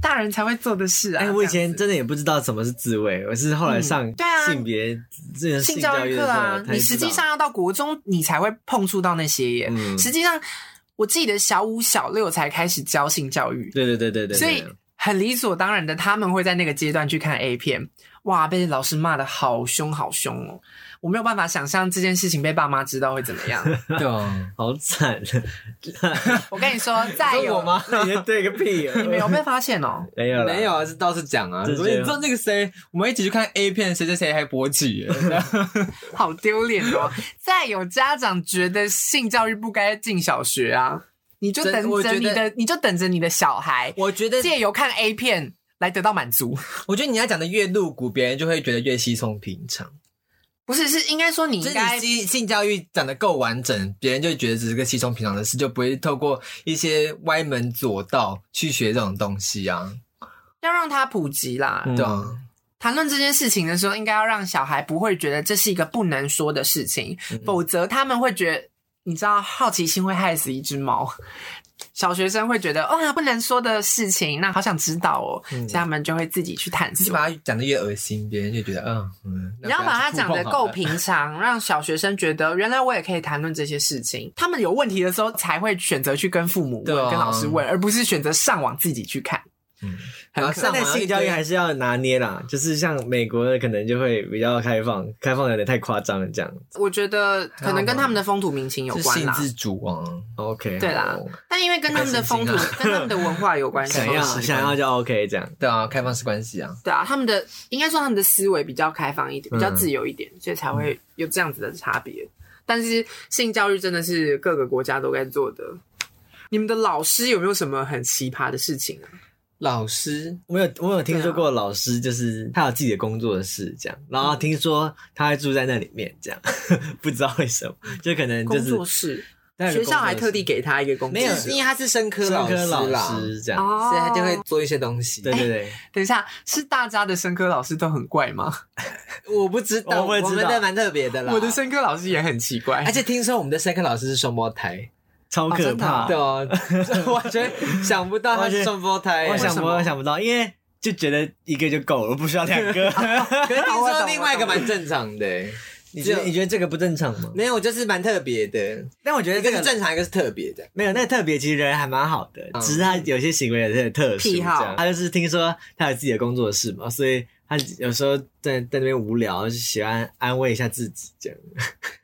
B: 大人才会做的事啊。
C: 哎，我以
B: 这样
C: 前真的也不知道什么是自慰，我是后来上
B: 嗯对啊
C: 性别这个
B: 性
C: 性
B: 教
C: 教
B: 育
C: 育的
B: 课
C: 时候
B: 啊，
C: 才
B: 你
C: 知
B: 实际
C: 道
B: 上要到国中你才会碰触到那些耶。
C: 嗯
B: 实际上，我记得小五、小六才开始教性教育。
C: 对对对对对，
B: 所以
C: 对
B: 很理所当然的，他们会在那个阶段去看 A 片。哇，被老师骂的好凶好凶哦！我没有办法想象这件事情被爸妈知道会怎么
A: [LAUGHS]
B: 样。
A: 对啊，
C: 好惨，
B: 我跟你说，再
A: 是我
B: 有
A: 吗？
C: [LAUGHS] 那你就对个屁啊！
B: 你们有被发现哦？
C: [LAUGHS] 没有啦
A: 没有，啊，这倒是讲啊，
C: 这
A: 所
C: 是
A: 以你知道那个谁，我们一起去看 A 片，谁谁谁还勃起耶，
B: 好丢脸哦！再有家长觉得性教育不该进小学啊，你就
A: 真
B: 等
A: 我
B: 着
A: 觉
B: 你
A: 得
B: 的，你就等着你的小孩
A: [LAUGHS] 我觉得，
B: 借由看 A 片来得到满足。
A: 我觉得你要讲的越露骨，别人就会觉得越稀松平常。
B: 不是，是应该说你
A: 就
B: 应
A: 是
B: 该
A: 你性性教育讲的够完整，别人就觉得只是个稀松平常的事，就不会透过一些歪门左道去学这种东西啊，
B: 要让它普及啦。
C: 嗯
A: 对啊，
B: 谈论这件事情的时候，应该要让小孩不会觉得这是一个不能说的事情，
A: 嗯
B: 否则他们会觉得，你知道，好奇心会害死一只猫。小学生会觉得，哇、不能说的事情，那好想知道哦，
A: 嗯
B: 所以他们就会自己去探
A: 就是
B: 索。
A: 把它讲的越恶心，别人就觉得嗯嗯，那
B: 你要
A: 不
B: 把它
A: 去
B: 讲
A: 触
B: 的
A: 碰好
B: 够
A: 了
B: 平常，让小学生觉得原来我也可以谈论这些事情。他们有问题的时候才会选择去跟父母问、
A: 对啊
B: 跟老师问，而不是选择上网自己去看。
A: 嗯
B: 很
A: 然后
B: 可
A: 上
C: 但
A: 网
C: 性教育还是要拿捏啦，就是像美国的可能就会比较开放，开放得有点太夸张了这样。
B: 我觉得可能跟他们的风土民情有
A: 是
B: 关
A: 性
B: 啦。
A: 自主啊，
C: OK，
B: 对啦
C: 好
B: 但因为跟他们的风土、
A: 开心啊
B: 跟他们的文化有关系，
C: 想要
A: 开放式
C: 想要就 OK 这样。
A: 对啊，开放式关系啊，
B: [LAUGHS] 对啊，他们的应该说他们的思维比较开放一点，
C: 嗯
B: 比较自由一点，所以才会
A: 嗯
B: 有这样子的差别。但是性教育真的是各个国家都该做的。你们的老师有没有什么很奇葩的事情啊？
A: 老师
C: 我有我有
B: 啊
C: 听说过老师就是他有自己的工作室这样，然
B: 嗯
C: 后听说他还住在那里面这样， [LAUGHS] 不知道为什么，就可能就
B: 工
C: 是
B: 作室，
C: 他有
B: 学
C: 个
B: 校
C: 工作
B: 还特地
C: 室
B: 给他一个工作
A: 没有，
B: 室啊
A: 因为他是生科
C: 生
A: 老
C: 科
A: 师啦，
C: 老
A: 所
C: 师这样，
B: 哦
A: 以他就会做一些东西。
C: 对对对，
B: 等一下，是大家的生科老师都很怪吗？
A: 我不知道，
C: 我
A: 我
C: 不知道
A: 们的蛮特别的啦。
B: 我的，生科老师也很奇怪，
A: 而且听说我们的生科老师是双胞胎，
C: 超
B: 哦
C: 可
B: 真的
C: 怕。
B: 啊
A: 对哦， [LAUGHS] 完全想不到他是双胞胎。
C: 我
A: 哎为
C: 想
A: 什
C: 不
A: 么
C: 我想不到，因为就觉得一个就够了，不需要两
A: [LAUGHS]
C: 个。
A: 可是听
B: 好我懂
A: [LAUGHS] 说另外一个蛮正常的、欸
C: 你觉得你觉得这个不正常吗？
A: 没有，就是蛮特别的。
C: 但我觉
A: 一
C: 得这
A: 个是
C: 个
A: 正常，一个是特别的。
C: 没有，那个特别其实人还蛮好的，
A: 嗯
C: 只是他有些行为也是很特殊。
B: 癖好
C: 这样他就是听说他有自己的工作室嘛，所以他有时候在在那边无聊，就喜欢安慰一下自己这样。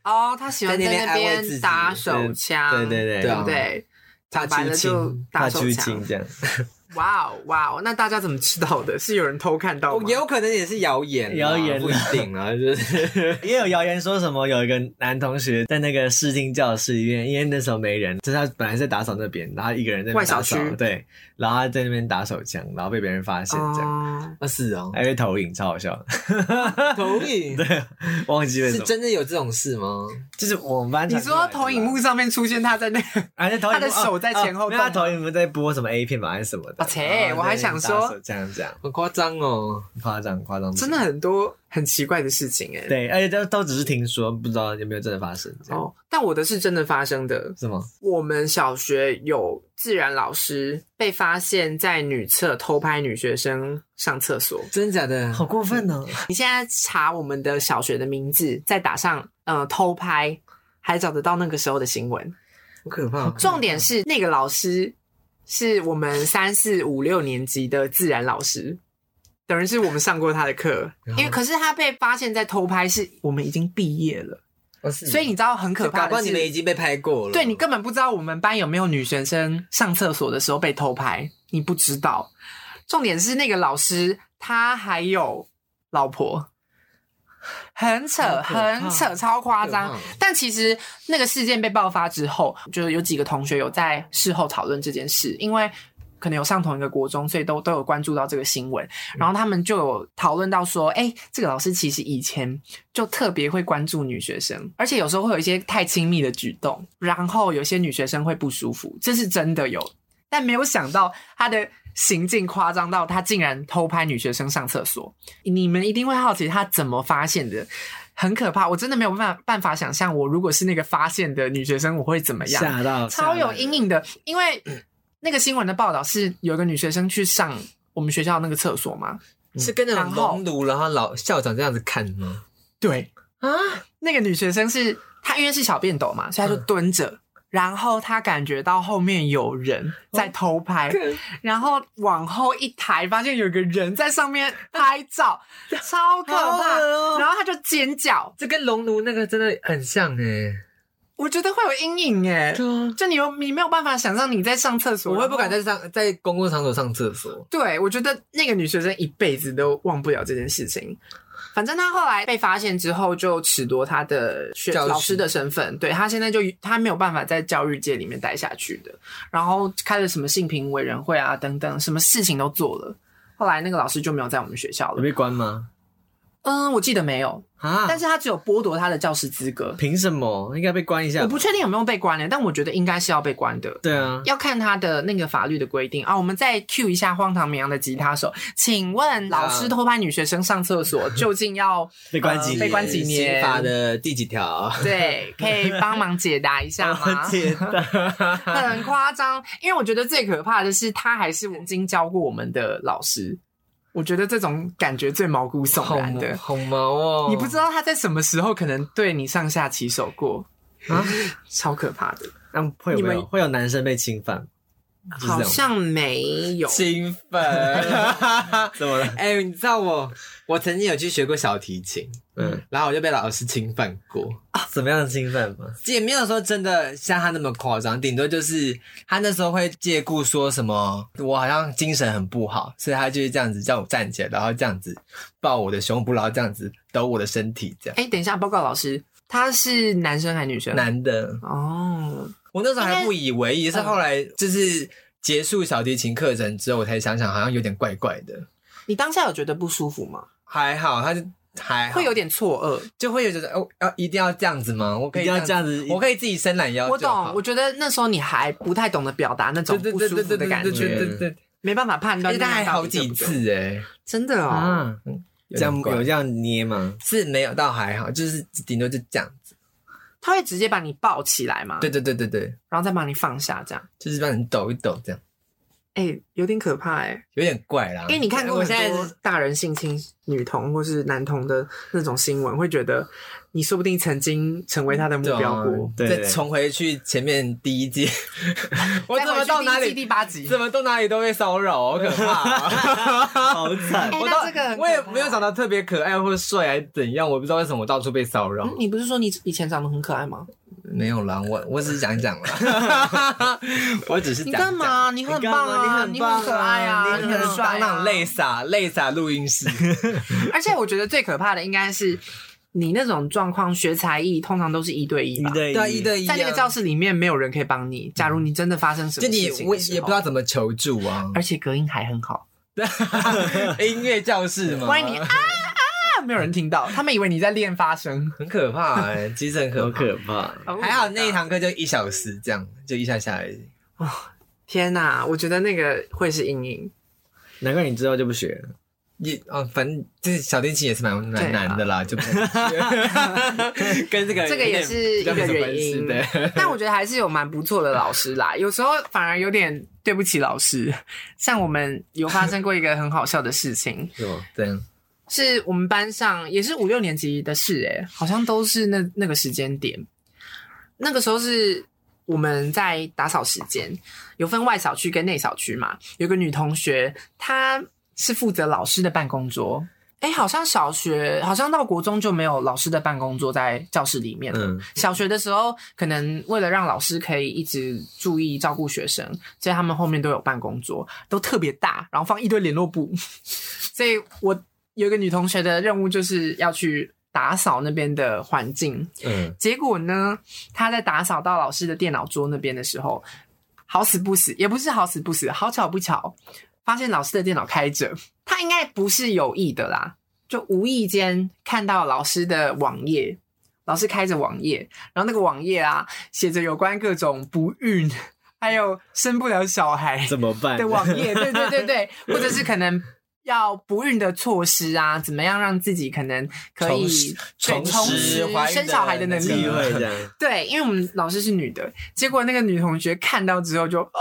B: 哦，他喜欢
A: 在
B: 在
A: 那边
B: 那
A: 安慰自己
B: 边
A: 嗯
B: 打手枪，
C: 对对对
B: 对
A: 啊
B: 不对？
A: 怕
B: 讲白了
A: 出清
B: 就打
C: 怕
B: 手
C: 出镜
B: 枪。
C: 这样，
B: 哇哦哇哦，那大家怎么知道的？是有人偷看到
A: 哦
B: 吗？，
A: 有可能也是谣言啦，
C: 谣言啦
A: 不一定啊，就是
C: 也有谣言说什么有一个男同学在那个视听教室里面，因为那时候没人，就是他本来是在打扫那边，然后一个人在那边打扫
B: 外小区，
C: 对，然后他在那边打手枪，然后被别人发现这样，
B: 哦，
A: 啊是 [LAUGHS] 哦，
C: 还被投影，超好
B: [LAUGHS]
C: 笑的。
A: 投影
C: 对，忘记了
A: 是
C: 什么，
A: 真的有这种事吗？
C: 就是我们班
B: 你
C: 传出来
B: 说
C: 的吧
B: 投影幕上面出现他在那个，
C: 啊，那投影幕
B: 他的手在前后
C: 哦
B: 动
C: 哦没
B: 吗
C: 有他投影幕在播什么 A 片吧还是什么的。
B: 啊切我还想说
C: 这样这样
A: 很夸张哦，
C: 夸张夸张，
B: 真的很多很奇怪的事情哎。
C: 对，而且都都只是听说，不知道有没有真的发生，这样
B: 哦，但我的是真的发生的。
C: 是吗？
B: 我们小学有自然老师被发现在女厕偷拍女学生上厕所，
A: 真假的？
C: 好过分哦！
B: 你现在查我们的小学的名字，再打上呃偷拍，还找得到那个时候的新闻。
A: 好可怕！
B: 重点是那个老师是我们三四五六年级的自然老师，等于是我们上过他的课。因为可是他被发现在偷拍，是我们已经毕业了，
A: 哦是
B: 所以你知道很可怕
A: 搞不
B: 的
A: 好你们已
B: 是，
A: 经被拍过了，
B: 对你根本不知道我们班有没有女学生上厕所的时候被偷拍，你不知道。重点是那个老师他还有老婆，很扯，
A: 好可怕
B: 很扯，超夸张
A: 好可怕。
B: 但其实那个事件被爆发之后，就是有几个同学有在事后讨论这件事，因为。可能有上同一个国中，所以都都有关注到这个新闻，然后他们就有讨论到说，哎、这个老师其实以前就特别会关注女学生，而且有时候会有一些太亲密的举动，然后有些女学生会不舒服，这是真的有但没有想到他的行径夸张到他竟然偷拍女学生上厕所。你们一定会好奇他怎么发现的，很可怕。我真的没有办办法想象，我如果是那个发现的女学生，我会怎么样？
C: 吓到
B: 超有阴影的，因为那个新闻的报道是有一个女学生去上我们学校那个厕所嘛，
A: 是跟那种
B: 然后
A: 农奴，然后老校长这样子看吗？
B: 对，
A: 啊，
B: 那个女学生是她因为是小便斗嘛，所
A: 嗯
B: 以她就蹲着。然后她感觉到后面有人
A: 哦
B: 在偷拍，然后往后一抬，发现有个人在上面拍
A: [LAUGHS]
B: 照，超可
A: 好
B: 怕。
A: 恶哦
B: 然后她就尖叫，
A: 这跟农奴那个真的很像哎、
B: 我觉得会有阴影哎，
A: 啊，
B: 就你有你没有办法想象你在上厕所，
A: 我会不敢
B: 然后
A: 在上在公共场所上厕所。
B: 对，我觉得那个女学生一辈子都忘不了这件事情。反正她后来被发现之后，就褫夺她的学
A: 教师
B: 老师的身份。对她现在就她没有办法在教育界里面待下去的。然后开了什么性评委员会啊，等等，什么事情都做了。后来那个老师就没有在我们学校
C: 有
B: 了。
C: 被关吗？
B: 嗯，我记得没有，
C: 啊！
B: 但是他只有剥夺他的教师资格。
C: 凭什么应该被关一下
B: 我？不确定有没有被关呢、欸但我觉得应该是要被关的。
C: 对啊，
B: 要看他的那个法律的规定啊。我们再 cue 一下荒唐绵羊的吉他手，请问老师偷拍女学生上厕所究竟要
C: 被关
B: 呃
C: 几年？
B: 被关几年
A: 刑法的第几 [LAUGHS] 条？
B: 对，可以帮忙解答一下吗
C: [LAUGHS] 了？解
A: 啊
C: 的。
B: 很夸张，因为我觉得最可怕的是他还是曾经教过我们的老师，我觉得这种感觉最毛骨悚
A: 好
B: 然
A: 毛
B: 的。
A: 好毛哦！
B: 你不知道他在什么时候可能对你上下其手过
C: 啊
B: 啊，超可怕的，
C: 那会有没
B: 你
C: 有
B: 们
C: 会有男生被侵犯？是这样
B: 好
C: 吗
B: 像没有。
A: 兴奋？ [LAUGHS]
C: 怎么了？
A: 哎、你知道我，我曾经有去学过小提琴，
C: 嗯，
A: 然后我就被老师侵犯过，
C: 怎么样的侵犯吗？
A: 也没有说真的像他那么夸张，顶多就是他那时候会借故说什么我好像精神很不好，所以他就是这样子叫我站起来，然后这样子抱我的胸部，然后这样子抖我的身体，这样。
B: 哎、等一下，报告老师，他是男生还是女生？
A: 男的，
B: 哦，
A: 我那时候还不以为
C: 嗯
A: 意，是后来就是结束小提琴课程之后，我才想想好像有点怪怪的。
B: 你当下有觉得不舒服吗？
A: 还好，他就还好
B: 会有点错愕。
A: 就会有觉得哦，要一定要这样子吗？我可
C: 一
A: 以
C: 定要这样子，
A: 我可以自己伸懒腰
B: 我
A: 就好。
B: 懂，我觉得那时候你还不太懂得表达那种
A: 对
B: 不
A: 对
B: 舒
A: 对
B: 服
A: 对
B: 的
A: 对
B: 感
A: 对对
B: 觉，
A: 对对，
B: 没办法判
A: 而
B: 断。
A: 且他还好几，次哎、
B: 真的
A: 欸、
B: 哦。
A: 啊，嗯有
C: 这样
A: 点怪
C: 有这样捏吗？
A: 是没有到还好，就是顶多就这样子。
B: 他会直接把你抱起来嘛？
A: 对，对对对对，
B: 然后再把你放下，这样。
A: 就是让你抖一抖这样，
B: 哎，有点可怕哎，
A: 有点怪啦。
B: 因为你看过
A: 我
B: 很
A: 现在
B: 多
A: 是
B: 大人性侵女童或是男童的那种新闻，会觉得你说不定曾经成为他的目标过。
C: 对
A: 啊再重回去前面第
B: [LAUGHS]
A: 一季，我怎么到哪
B: 再回去第一季
A: 里
B: 第八集？
A: 怎么到哪里都被骚扰，好可怕、啊。
C: 好 [LAUGHS]
B: [LAUGHS]
C: 惨
B: 哎，
A: 我
B: 那
A: 到
B: 这个很
A: 我也
B: 可怕
A: 没有长得特别可爱或帅，还怎样？我不知道为什么我到处被骚扰。
B: 嗯你不是说你以前长得很可爱吗？
A: 没有啦，我我只是讲讲啦，我只是
B: 你
A: 讲
B: 干
A: 讲。
B: 嘛？你很
C: 你干
B: 棒
C: 嘛
B: 啊！
C: 你很
B: 你
C: 棒啊
B: 很可爱啊！
A: 你
B: 你
A: 可能
B: 帅
A: 当
B: 啊！
A: 场泪洒泪洒录音室，
B: 而且我觉得最可怕的应该是你那种状况，学才艺通常都是一对一吧。
C: 对
A: 对啊，一对一啊
B: 在那个教室里面，没有人可以帮你。假如你真的发生什么
A: 就
B: 事情
A: 你
B: 的时候，
A: 我也不知道怎么求助啊。
B: 而且隔音还很好，
A: [LAUGHS] 音乐教室嘛，
B: 万一你啊啊，没有人听到，他们以为你在练发声。
A: 很可怕哎，其实很可
C: 好
A: 怕。
C: 可怕。
B: 哦
A: 还好那一堂课就一小时，这样就一下下而已。
B: 天哪、我觉得那个会是阴影。
C: 难怪你之后就不学了。
A: 也哦，反正就是小提琴也是蛮蛮难的啦，就不跟这个
B: 这个也是一个原因
A: 对，
B: [LAUGHS] 但我觉得还是有蛮不错的老师啦，有时候反而有点对不起老师。像我们有发生过一个很好笑的事情，
C: [LAUGHS] 是吗？
A: 对，
B: 是我们班上也是五六年级的事、欸，好像都是那那个时间点。那个时候是我们在打扫时间，有分外小区跟内小区嘛。有个女同学，她是负责老师的办公桌。哎、好像小学，好像到国中就没有老师的办公桌在教室里面了。
C: 嗯，
B: 小学的时候，可能为了让老师可以一直注意照顾学生，所以他们后面都有办公桌，都特别大，然后放一堆联络簿。 [LAUGHS] 所以我有一个女同学的任务就是要去打扫那边的环境。
C: 嗯，
B: 结果呢，她在打扫到老师的电脑桌那边的时候，好死不死，也不是好死不死，好巧不巧，发现老师的电脑开着。她应该不是有意的啦，就无意间看到老师的网页。老师开着网页，然后那个网页啊，写着有关各种不孕，还有生不了小孩
C: 怎么办？
B: 的网页，对对对对，或者是可能要不孕的措施啊，怎么样让自己可能可以
A: 重
B: 对重
A: 拾
B: 拾
A: 怀孕
B: 生小孩的能
A: 那
B: 力
C: 机
A: 个
C: 会这样，
B: 对，因为我们老师是女的，结果那个女同学看到之后就哦，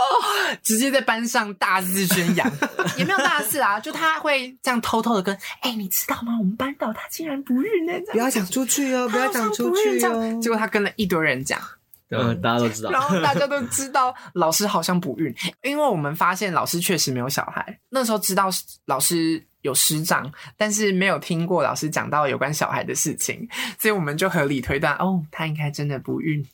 B: 直接在班上大肆宣扬， [LAUGHS] 也没有大肆啊，就她会这样偷偷的跟，哎、你知道吗？我们班导她竟然不孕呢、这样
A: 不要讲出去哦，不要讲
B: 她好像
A: 出
B: 不孕
A: 去
B: 这样
A: 哦。
B: 结果她跟了一堆人讲，
C: 嗯，大家都知道
B: 然。后大家都知道老师好像不孕， [LAUGHS] 因为我们发现老师确实没有小孩。那时候知道老师有师长，但是没有听过老师讲到有关小孩的事情，所以我们就合理推断，哦，他应该真的不孕。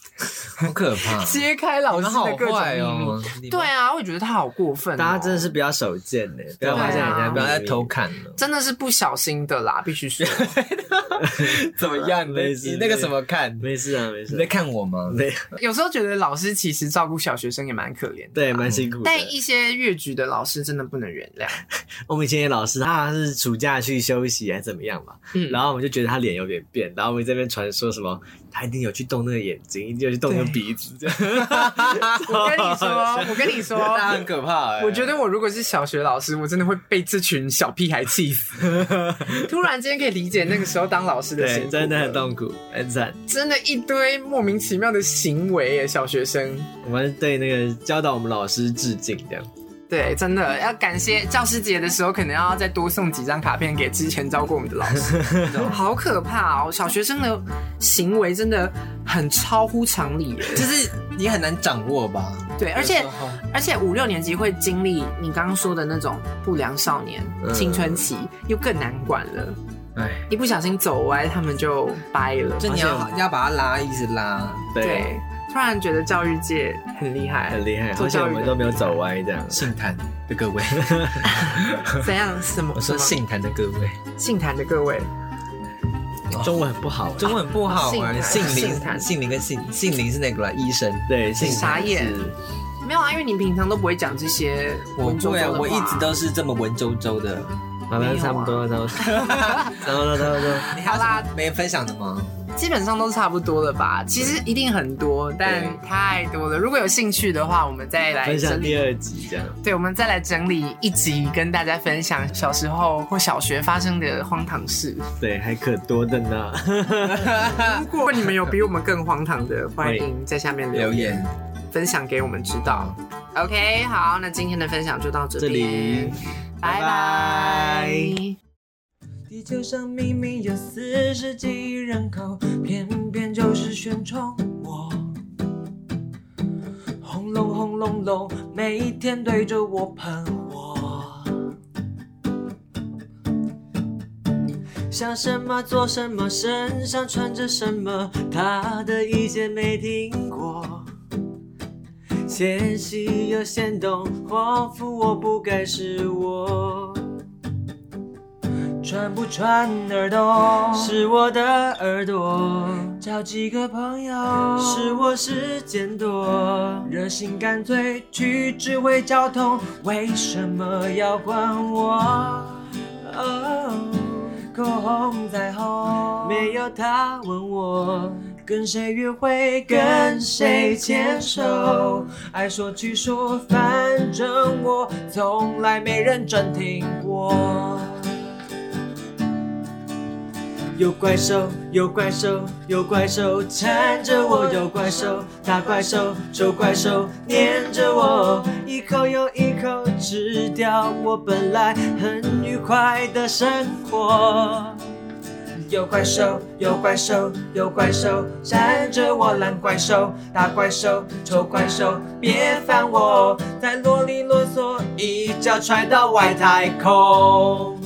A: 好可 [LAUGHS] 怕，
B: 揭开老
A: 你
B: 师
A: 们好
B: 的各种
A: 坏
B: 秘密。
A: 哦，你们
B: 对啊，我觉得他好过分、哦，
C: 大家真的是不要手贱呢，不要发现人
B: 对
C: 家
B: 啊
A: 不
C: 不
A: 要
C: 要
A: 再
C: 再
A: 偷
C: 偷看。
A: 看了，
B: 真的是不小心的啦，必须说。
A: 怎么样？
C: 没事
A: 你那个什么看？
C: 没事啊，没
A: 你
C: 事
A: 在。看我吗？
C: 没
B: 有时候觉得老师其实照顾小学生也蛮可怜的，
C: 对，蛮辛苦的。
B: 但一些越局的老师真的不能原谅。
C: 我们以前的老师，他好像是暑假去休息还是怎么样吧，
B: 嗯，
C: 然后我们就觉得他脸有点变，然后我们这边传说什么，他一定有去动那个眼睛，一定有去动那个鼻子，这样
B: 我跟你说，我跟你说，
A: 那很可怕欸。
B: 我觉得我如果是小学老师，我真的会被这群小屁孩气
C: [LAUGHS]
B: 死。突然间可以理解那个时候当老师的辛
C: 对，
B: 苦，
C: 真的很，痛苦，很惨。
B: 真的一堆莫名其妙的行为耶，小学生。
C: 我们对那个教导我们老师致敬，这样。
B: 对，真的要感谢教师节的时候，可能要再多送几张卡片给之前教过我们的老
C: [LAUGHS]
B: 师。好可怕哦！小学生的行为真的很超乎常理耶。
A: 就是你很难掌握吧，
B: 对，而且而且五六年级会经历你刚刚说的那种不良少年、
C: 嗯
B: 青春期，又更难管了。
A: 哎，
B: 一不小心走歪，他们就掰了。
A: 就你
C: 而
A: 要
C: 且
A: 要把它拉，一直拉。
C: 对，
B: 对，突然觉得教育界很厉害
C: 很，厉害，
B: 做
C: 而且我
B: 教育
C: 们
B: 的
C: 都没有走歪，这样。
A: 杏坛的各位，
B: 怎样？什么？
A: [LAUGHS] 我说
B: 什么
A: 杏坛的各位，
B: 杏坛的各位，
C: 中文很不好欸，
A: 中文不好
B: 啊
A: 啊，
B: 杏坛杏
A: 杏林，
B: 坛
A: 杏林跟杏杏林是那个啦医生。
C: 对，性
B: 傻
C: 感
B: 眼
C: 是
B: 没有啊，因为你平常都不会讲这些
A: 我
B: 文绉绉
A: 对啊，
B: 的
A: 我一
B: 话
A: 直都是这么文绉绉的。
C: 好
E: 啊
C: 了，差不多，差不多，差
E: [LAUGHS]
C: 不多，差不多。
B: 好啦，
A: 没分享的吗？
B: 基本上都差不多了吧？其实一定很多，但
A: 对
B: 太多了。如果有兴趣的话，我们再来
C: 分享
B: 整理。
C: 第二集这样。
B: 对，我们再来整理一集，跟大家分享小时候或小学发生的荒唐事。
C: 对，还可多的呢。
B: 如果你们有比我们更荒唐的，欢迎在下面留
A: 留
B: 言
A: 言，
B: 分享给我们知道。OK，好，那今天的分享就到这
C: 这
B: 边，
C: 里
B: 拜
C: 拜
B: 拜
C: 拜。
E: 地球上明明有四十几亿人口，偏偏就是选中我。轰隆轰隆隆，每一天对着我喷火。想什么做什么，身上穿着什么，他的意见没听过。纤细又鲜动，仿佛我不该是我。穿不穿耳洞是我的耳朵，交几个朋友是我时间多，热心干脆去指挥交通，为什么要管我？哦，口红在红，没有他吻我。跟谁约会，跟谁牵手，爱说去说，反正我从来没认真听过。有怪兽，有怪兽，有怪兽缠着我，有怪兽，大怪兽，丑怪兽粘着我，一口又一口吃掉我本来很愉快的生活。有怪兽，有怪兽，有怪兽缠着我，懒怪兽、大怪兽、丑怪兽，别烦我，再啰里啰嗦，一脚踹到外太空。